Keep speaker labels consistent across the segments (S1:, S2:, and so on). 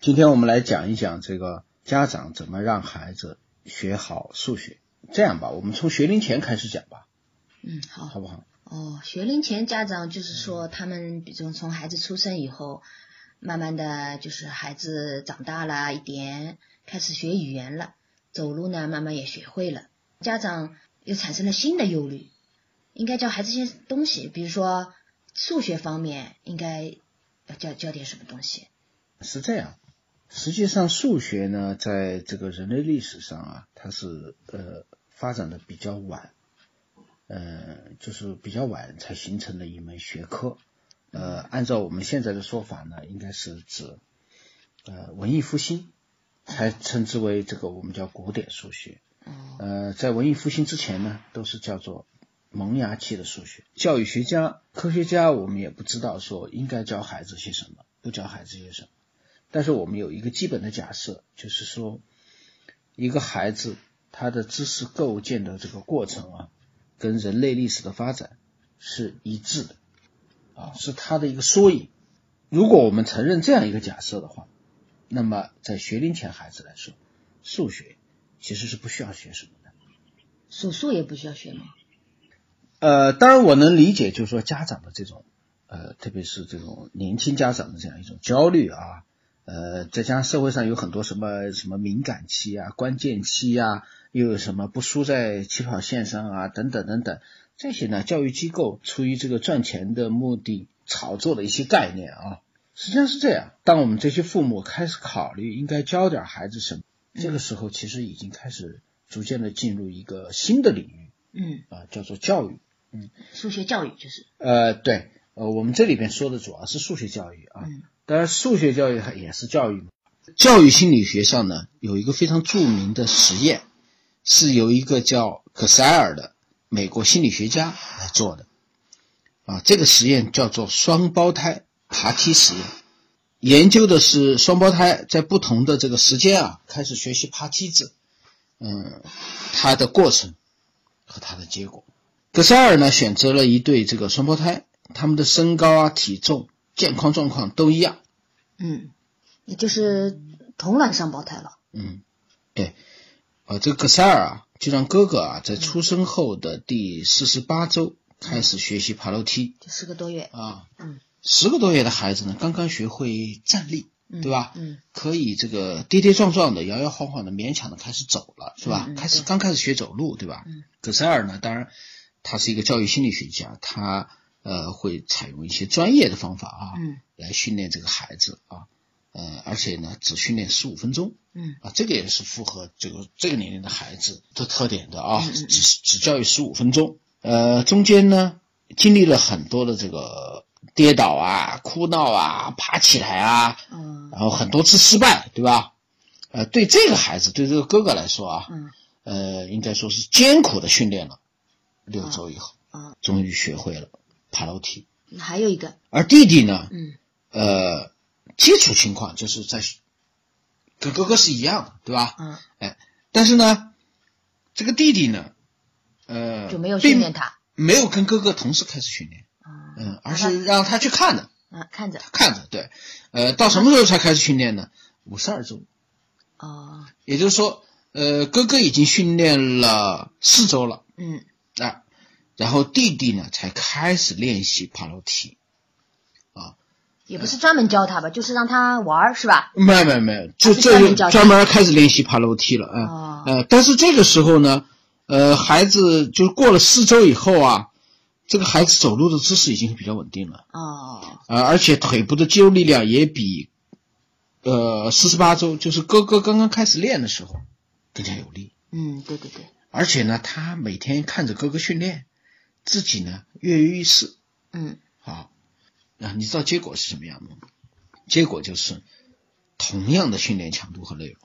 S1: 今天我们来讲一讲这个家长怎么让孩子学好数学。这样吧，我们从学龄前开始讲吧，
S2: 嗯，好。
S1: 好不好？
S2: 哦，学龄前家长就是说，他们比如从孩子出生以后，慢慢的就是孩子长大了一点，开始学语言了，走路呢慢慢也学会了，家长又产生了新的忧虑，应该教孩子些东西，比如说数学方面应该要教教点什么东西。
S1: 是这样，实际上数学呢，在这个人类历史上啊，它是呃发展的比较晚，呃，就是比较晚才形成的一门学科。呃，按照我们现在的说法呢，应该是指呃文艺复兴，才称之为这个我们叫古典数学。
S2: 哦，
S1: 呃，在文艺复兴之前呢，都是叫做萌芽期的数学。教育学家、科学家，我们也不知道说应该教孩子些什么，不教孩子些什么。但是我们有一个基本的假设，就是说，一个孩子他的知识构建的这个过程啊，跟人类历史的发展是一致的，啊，是它的一个缩影。如果我们承认这样一个假设的话，那么在学龄前孩子来说，数学其实是不需要学什么的。
S2: 数数也不需要学吗？
S1: 呃，当然我能理解，就是说家长的这种，呃，特别是这种年轻家长的这样一种焦虑啊，呃，再加上社会上有很多什么什么敏感期啊、关键期啊，又有什么不输在起跑线上啊，等等等等，这些呢，教育机构出于这个赚钱的目的炒作的一些概念啊，实际上是这样。当我们这些父母开始考虑应该教点孩子什么，这个时候其实已经开始逐渐的进入一个新的领域
S2: 嗯，
S1: 啊、叫做教育。
S2: 数学教育就是，
S1: 呃，对，呃，我们这里边说的主要是数学教育啊，
S2: 嗯
S1: 当然数学教育它也是教育嘛。教育心理学上呢，有一个非常著名的实验，是由一个叫可塞尔的美国心理学家来做的，啊，这个实验叫做双胞胎爬梯实验，研究的是双胞胎在不同的这个时间啊，开始学习爬梯子，嗯，它的过程和它的结果。格塞尔呢选择了一对这个双胞胎，他们的身高啊、体重、健康状况都一样。
S2: 嗯，也就是同卵双胞胎了。
S1: 嗯，对，呃，这个格塞尔啊，就让哥哥啊在出生后的第四十八周开始学习爬楼梯
S2: 就四个多月，
S1: 啊。
S2: 嗯，
S1: 十个多月的孩子呢，刚刚学会站立，
S2: 嗯
S1: 对吧？
S2: 嗯，
S1: 可以这个跌跌撞撞的、摇摇晃晃的，勉强的开始走了，是吧？
S2: 嗯嗯
S1: 开始
S2: 对
S1: 刚开始学走路，对吧？
S2: 嗯
S1: 葛塞尔呢，当然他是一个教育心理学家，他呃会采用一些专业的方法啊，
S2: 嗯
S1: 来训练这个孩子啊，呃，而且呢只训练十五分钟
S2: 嗯
S1: 啊，这个也是符合这个这个年龄的孩子的特点的啊，
S2: 嗯嗯嗯
S1: 只只教育十五分钟，呃，中间呢经历了很多的这个跌倒啊、哭闹啊、爬起来啊，
S2: 嗯
S1: 然后很多次失败，对吧？呃，对这个孩子，对这个哥哥来说啊，
S2: 嗯
S1: 呃，应该说是艰苦的训练了六周以后，
S2: 啊，
S1: 终于学会了爬楼梯。
S2: 那还有一个，
S1: 而弟弟呢，
S2: 嗯
S1: 呃，基础情况就是在跟哥哥是一样的，对吧？
S2: 啊，
S1: 但是呢，这个弟弟呢，呃，
S2: 就没有训
S1: 并
S2: 练他
S1: 没有跟哥哥同时开始训练，
S2: 啊
S1: 嗯，而是让他去看的，
S2: 啊，看着
S1: 看着，对，呃，到什么时候才开始训练呢？五十二周。
S2: 哦，
S1: 也就是说，呃，哥哥已经训练了四周了
S2: 嗯
S1: 啊，然后弟弟呢才开始练习爬楼梯。
S2: 也不是专门教
S1: 嗯
S2: 他吧，就是让他玩儿是吧？
S1: 没有没有没有，这
S2: 啊是
S1: 这
S2: 专门
S1: 就
S2: 教他
S1: 专门开始练习爬楼梯了啊。
S2: 哦，
S1: 呃，但是这个时候呢，呃，孩子就过了四周以后啊，这个孩子走路的姿势已经比较稳定了，
S2: 哦，
S1: 呃，而且腿部的肌肉力量也比，呃，四十八周就是哥哥刚刚开始练的时候更加有力。
S2: 嗯，对对对，
S1: 而且呢，他每天看着哥哥训练，自己呢跃跃欲试。
S2: 嗯
S1: 好，啊，你知道结果是什么样吗？结果就是同样的训练强度和内容，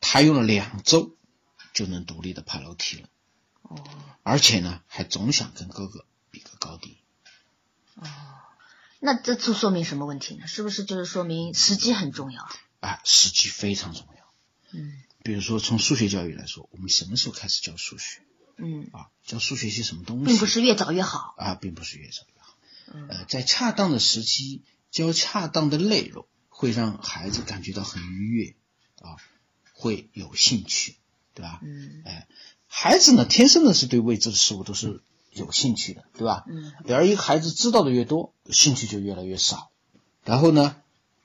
S1: 他用了两周就能独立的爬楼梯了，
S2: 哦
S1: 而且呢还总想跟哥哥比个高低。
S2: 哦，那这就说明什么问题呢？是不是就是说明时机很重要？
S1: 啊，时机非常重要。
S2: 嗯
S1: 比如说从数学教育来说，我们什么时候开始教数学
S2: 嗯，
S1: 啊？教数学些什么东西？
S2: 并不是越早越好。
S1: 啊，并不是越早越好
S2: 嗯。
S1: 呃，在恰当的时机教恰当的内容，会让孩子感觉到很愉悦啊，会有兴趣，对吧？
S2: 嗯
S1: 哎，孩子呢，天生的是对未知的事物都是有兴趣的，对吧？
S2: 嗯
S1: 而一个孩子知道的越多，兴趣就越来越少，然后呢，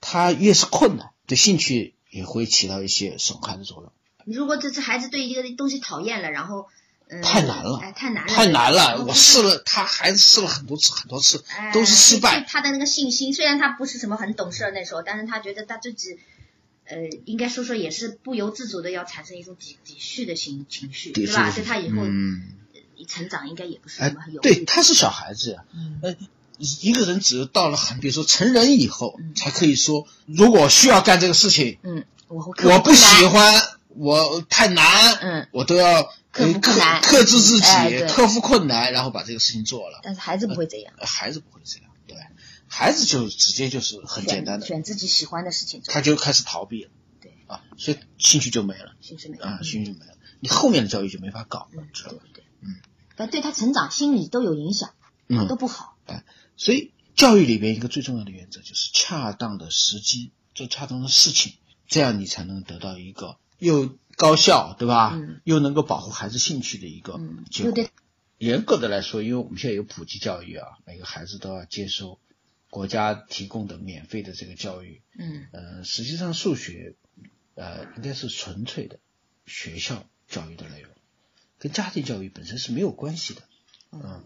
S1: 他越是困难，对兴趣也会起到一些损害的作用。
S2: 如果这次孩子对一个东西讨厌了，然后嗯，
S1: 太难了
S2: 哎，太难了，
S1: 太难了，我试
S2: 了，
S1: 了，他孩子试了很多次，很多次
S2: 哎
S1: 都是失败
S2: 对。他的那个信心，虽然他不是什么很懂事儿那时候，但是他觉得他自己，呃，应该说说也是不由自主的要产生一种抵抵触的情情绪，
S1: 抵
S2: 对
S1: 触
S2: 吧？
S1: 的
S2: 对他以后、
S1: 嗯，
S2: 呃成长应该也不是
S1: 哎
S2: 什么很有，
S1: 对，
S2: 利的。
S1: 他是小孩子呀。
S2: 嗯
S1: 呃，一个人只有到了很，比如说成人以后
S2: 嗯，
S1: 才可以说，如果需要干这个事情，
S2: 嗯，我会克
S1: 我
S2: 服
S1: 不喜
S2: 困
S1: 欢，我太难，
S2: 难，嗯，
S1: 我都要
S2: 克服
S1: 呃
S2: 困难
S1: 克制自
S2: 哎
S1: 己，
S2: 对
S1: 克服困难，然后把这个事情做了。
S2: 但是孩子不会这样，
S1: 呃孩子不会这样，对，孩子就直接就是很简单
S2: 选
S1: 的，
S2: 选自己喜欢的事情做，
S1: 他就开始逃避了，
S2: 对
S1: 啊，所以兴趣就没了。
S2: 兴趣没有
S1: 啊，
S2: 嗯
S1: 兴趣没了，你后面的教育就没法搞了
S2: 嗯，，
S1: 知道
S2: 对
S1: 吧？
S2: 对对，
S1: 嗯，
S2: 但对他成长心理都有影响，都
S1: 嗯，
S2: 不好。
S1: 所以教育里边一个最重要的原则就是恰当的时机做恰当的事情，这样你才能得到一个又高效，对吧？
S2: 嗯
S1: 又能够保护孩子兴趣的一个
S2: 嗯，
S1: 结
S2: 又
S1: 果。
S2: 对，
S1: 严格的来说，因为我们现在有普及教育啊，每个孩子都要接受国家提供的免费的这个教育。
S2: 嗯
S1: 呃，实际上数学，呃，应该是纯粹的学校教育的内容，跟家庭教育本身是没有关系的。嗯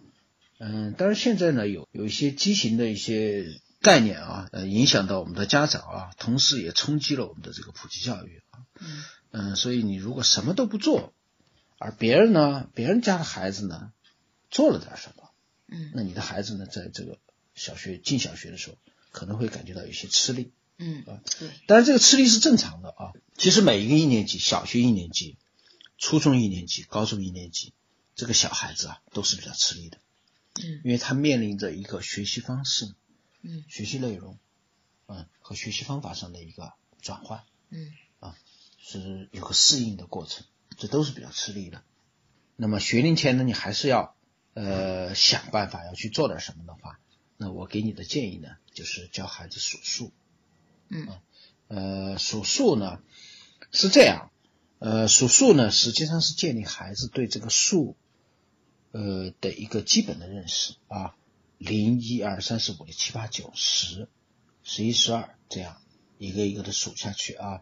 S1: 嗯，当然现在呢，有有一些畸形的一些概念啊，呃，影响到我们的家长啊，同时也冲击了我们的这个普及教育啊。
S2: 嗯
S1: 嗯，所以你如果什么都不做，而别人呢，别人家的孩子呢，做了点什么，
S2: 嗯
S1: 那你的孩子呢，在这个小学进小学的时候，可能会感觉到有些吃力。
S2: 嗯，对，
S1: 当然，这个吃力是正常的啊。其实每一个一年级，小学一年级、初中一年级、高中一年级，这个小孩子啊，都是比较吃力的，
S2: 嗯
S1: 因为他面临着一个学习方式、
S2: 嗯
S1: 学习内容，嗯，和学习方法上的一个转换，
S2: 嗯
S1: 是有个适应的过程，这都是比较吃力的。那么学龄前呢，你还是要呃想办法要去做点什么的话，那我给你的建议呢，就是教孩子数数。
S2: 嗯
S1: 呃，数数呢是这样，呃，数数呢实际上是建立孩子对这个数，呃的一个基本的认识啊，零、一、二、三、四、五、六、七、八、九、十、十一、十二这样一个一个的数下去啊，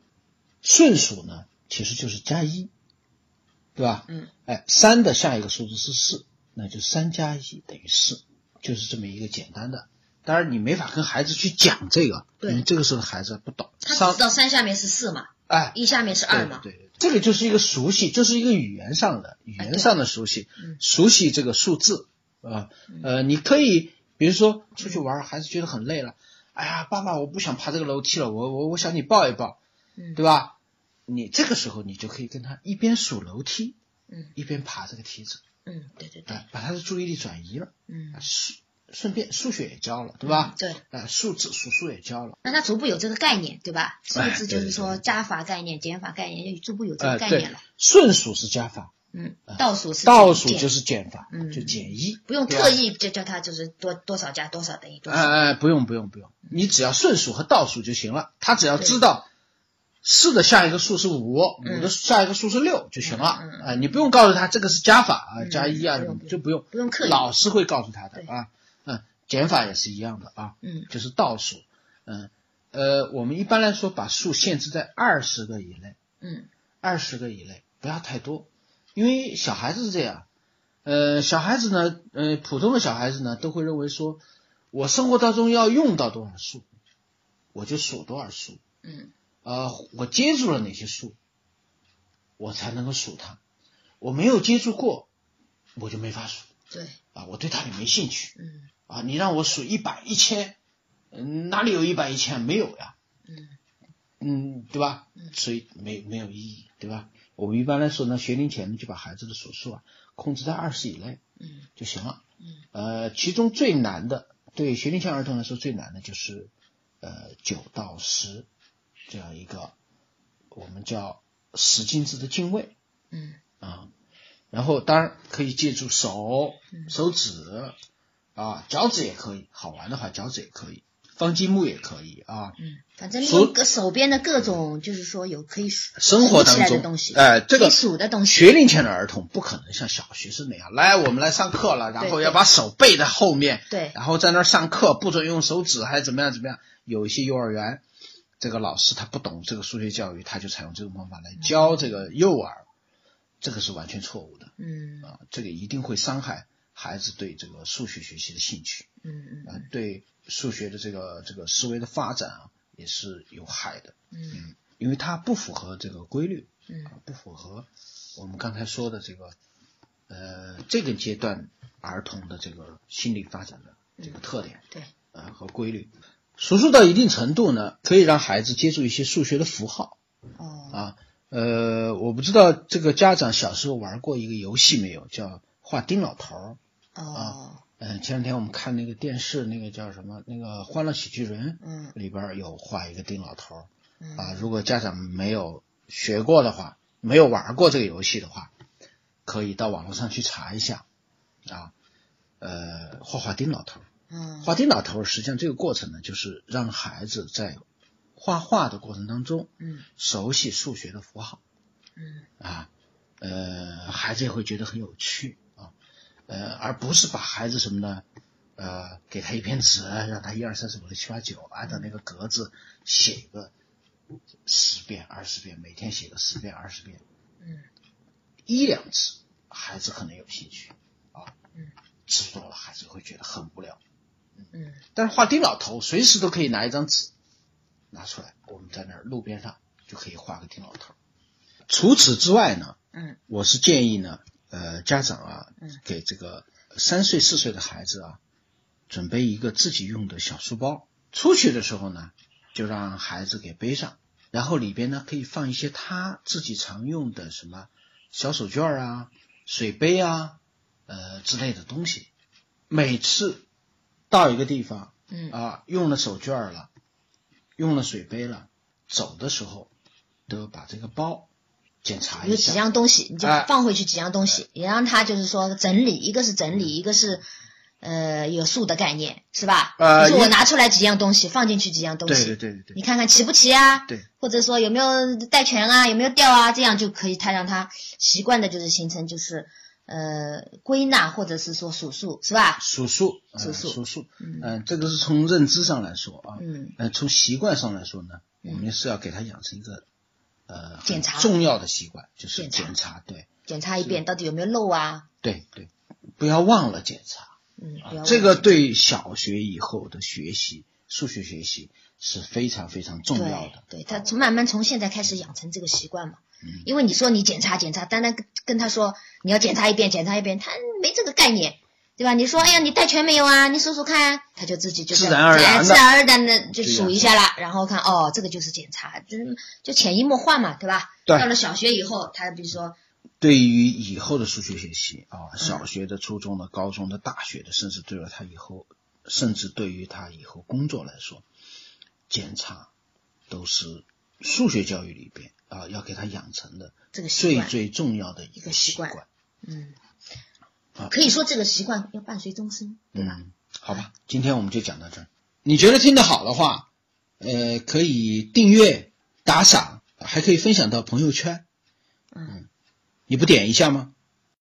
S1: 顺数呢其实就是加一，对吧？
S2: 嗯
S1: 哎，三的下一个数字是四，那就三加一等于四，就是这么一个简单的。当然，你没法跟孩子去讲这个，
S2: 对
S1: 因为这个时候的孩子不懂。
S2: 他
S1: 上
S2: 只知道三下面是四嘛，
S1: 哎，
S2: 一下面是二嘛，
S1: 对对对，这个就是一个熟悉，就是一个语言上的语言上的熟悉，
S2: 嗯
S1: 熟悉这个数字啊、呃，你可以比如说出去玩，孩子觉得很累了，哎呀，爸爸，我不想爬这个楼梯了，我我我想你抱一抱，
S2: 嗯
S1: 对吧？你这个时候你就可以跟他一边数楼梯，
S2: 嗯
S1: 一边爬这个梯子，
S2: 嗯，对对对，
S1: 哎，把他的注意力转移了，啊
S2: 嗯，
S1: 顺顺便数学也教了，对吧？
S2: 对，
S1: 啊，数字数数也教了。
S2: 让他逐步有这个概念，对吧？数
S1: 哎
S2: 字
S1: 对
S2: 就是
S1: 对
S2: 说
S1: 对
S2: 加法概念、减法概念，就逐步有这
S1: 呃，
S2: 个概
S1: 对
S2: 念了。，
S1: 顺数是加法，
S2: 嗯，倒数是
S1: 倒数就是是减法，
S2: 嗯
S1: 就减一，
S2: 不用
S1: 对吧
S2: 特意就叫他就是多多少加多少等于多
S1: 哎
S2: 少，
S1: 哎，不用不用不用，你只要顺数和倒数就行了。他只要知道四的下一个数是五，五
S2: 嗯
S1: 的下一个数是六就行了。啊、
S2: 嗯嗯
S1: 你不用告诉他这个是加法啊，
S2: 嗯
S1: 加一啊
S2: 不
S1: 什
S2: 用
S1: 么就不用，
S2: 不用刻意。
S1: 老师会告诉他的
S2: 对
S1: 啊。嗯，减法也是一样的啊，
S2: 嗯
S1: 就是倒数。嗯，呃，我们一般来说把数限制在二十个以内，
S2: 嗯
S1: 二十个以内，不要太多，因为小孩子是这样，呃，小孩子呢，呃，普通的小孩子呢，都会认为说，我生活当中要用到多少数，我就数多少数，
S2: 嗯
S1: 呃，我接触了哪些数，我才能够数它，我没有接触过，我就没法数
S2: 对
S1: 啊，我对它也没兴趣
S2: 嗯
S1: 啊，你让我数一百、一千，嗯，哪里有一百、一千？没有呀，
S2: 嗯
S1: 嗯，对吧
S2: 嗯？
S1: 所以没没有意义，对吧？我们一般来说呢，学龄前呢就把孩子的数数啊控制在二十以内
S2: 嗯
S1: 就行了。
S2: 嗯
S1: 呃，其中最难的，对学龄前儿童来说最难的就是呃九到十这样一个我们叫十进制的进位
S2: 嗯
S1: 啊。然后当然可以借助手、
S2: 嗯
S1: 手指啊、脚趾也可以，好玩的话脚趾也可以，放积木也可以啊。
S2: 嗯，反正利
S1: 所
S2: 用各手边的各种，就是说有可以数
S1: 生活
S2: 数起
S1: 当
S2: 来的
S1: 中，
S2: 东西，
S1: 哎，这
S2: 可以
S1: 个
S2: 数的东西，
S1: 学龄前的儿童不可能像小学生那样，来，我们来上课了，然后
S2: 对
S1: 要把手背在后面，
S2: 对
S1: 然后在那儿上课，不准用手指，还是怎么样怎么样。有一些幼儿园，这个老师他不懂这个数学教育，他就采用这种方法来教这个幼儿，这个是完全错误的
S2: 嗯
S1: 啊，这个一定会伤害孩子对这个数学学习的兴趣
S2: 嗯
S1: 啊
S2: 嗯，
S1: 对数学的这个这个思维的发展啊，也是有害的，
S2: 嗯
S1: 因为它不符合这个规律。
S2: 嗯
S1: 啊，不符合我们刚才说的这个，呃，这个阶段儿童的这个心理发展的这个特点
S2: 对，
S1: 啊、和规律。熟熟到一定程度呢，可以让孩子接触一些数学的符号
S2: 哦，
S1: 啊。呃，我不知道这个家长小时候玩过一个游戏没有，叫画丁老头儿。
S2: 哦，
S1: 嗯、前两天我们看那个电视，那个叫什么？那个《欢乐喜剧人》
S2: 嗯
S1: 里边儿有画一个丁老头儿。
S2: 嗯
S1: 啊，如果家长没有学过的话，没有玩过这个游戏的话，可以到网络上去查一下啊。呃，画画丁老头儿，
S2: 嗯
S1: 画丁老头儿，实际上这个过程呢，就是让孩子在画画的过程当中
S2: 嗯
S1: 熟悉数学的符号
S2: 嗯
S1: 啊，呃，孩子也会觉得很有趣啊，呃，而不是把孩子什么呢，呃，给他一片纸，让他一二三四五六七八九，按照那个格子写个十遍、二十遍，每天写个十遍、二十遍，
S2: 嗯
S1: 一两次，孩子可能有兴趣啊，
S2: 嗯，
S1: 吃多了孩子会觉得很无聊。
S2: 嗯
S1: 但是画丁老头随时都可以拿一张纸拿出来，我们在那儿路边上就可以画个丁老头。除此之外呢，
S2: 嗯
S1: 我是建议呢，呃，家长啊
S2: 嗯，
S1: 给这个三岁四岁的孩子啊，准备一个自己用的小书包，出去的时候呢，就让孩子给背上，然后里边呢可以放一些他自己常用的什么小手绢啊、水杯啊，呃之类的东西。每次到一个地方
S2: 嗯
S1: 啊，用了手绢了，用了水杯了，走的时候都要把这个包检查一
S2: 有几
S1: 下。
S2: 样东西，你就
S1: 哎
S2: 放回去几样东西，也让他就是说整理，一个是整
S1: 嗯
S2: 理，一个是呃有数的概念，是吧？
S1: 呃
S2: 就是我
S1: 一
S2: 拿出来几样东西，放进去几样东
S1: 对
S2: 西，
S1: 对对对对
S2: 你。看看齐不齐啊？
S1: 对，
S2: 或者说有没有带全啊，有没有掉啊？这样就可以，他让他习惯的就是形成就是呃归纳或者是说数数，是吧？
S1: 数数，呃
S2: 数数
S1: 数数，
S2: 嗯
S1: 嗯、这个是从认知上来说啊，
S2: 嗯
S1: 呃，从习惯上来说呢，
S2: 嗯
S1: 我们是要给他养成一个呃很
S2: 检查
S1: 重要的习惯，就是
S2: 检查
S1: 检查，对
S2: 检查一遍到底有没有漏啊？
S1: 对对，不要忘了检查，
S2: 嗯，不要
S1: 这
S2: 忘
S1: 个
S2: 记
S1: 对小学以后的学习，数学学习是非常非常重要的，
S2: 对，对他从慢慢从现在开始养成这个习惯嘛。
S1: 嗯
S2: 因为你说你检查检查，单单跟跟他说你要检查一遍检查一遍，他没这个概念，对吧？你说哎呀你带全没有啊？你数数看啊，他就自己就
S1: 自
S2: 在
S1: 然而然的
S2: 自然而然的就
S1: 对呀
S2: 数一下了，然后看哦这个就是检查，就是就潜移默化嘛，对吧？
S1: 对
S2: 到了小学以后，他比如说
S1: 对于以后的数学学习啊，小学的、初中的、高中的、大学的，甚至对了他以后，甚至对于他以后工作来说，检查都是数学教育里边啊要给他养成的
S2: 这个习
S1: 最
S2: 惯，
S1: 最重要的一
S2: 一个
S1: 个
S2: 习
S1: 习
S2: 惯
S1: 惯，
S2: 嗯
S1: 啊，
S2: 可以说这个习惯要伴随终身，对吧？
S1: 嗯，好吧，今天我们就讲到这儿。你觉得听得好的话，呃，可以订阅、打赏，还可以分享到朋友圈。
S2: 嗯，
S1: 你不点一下吗？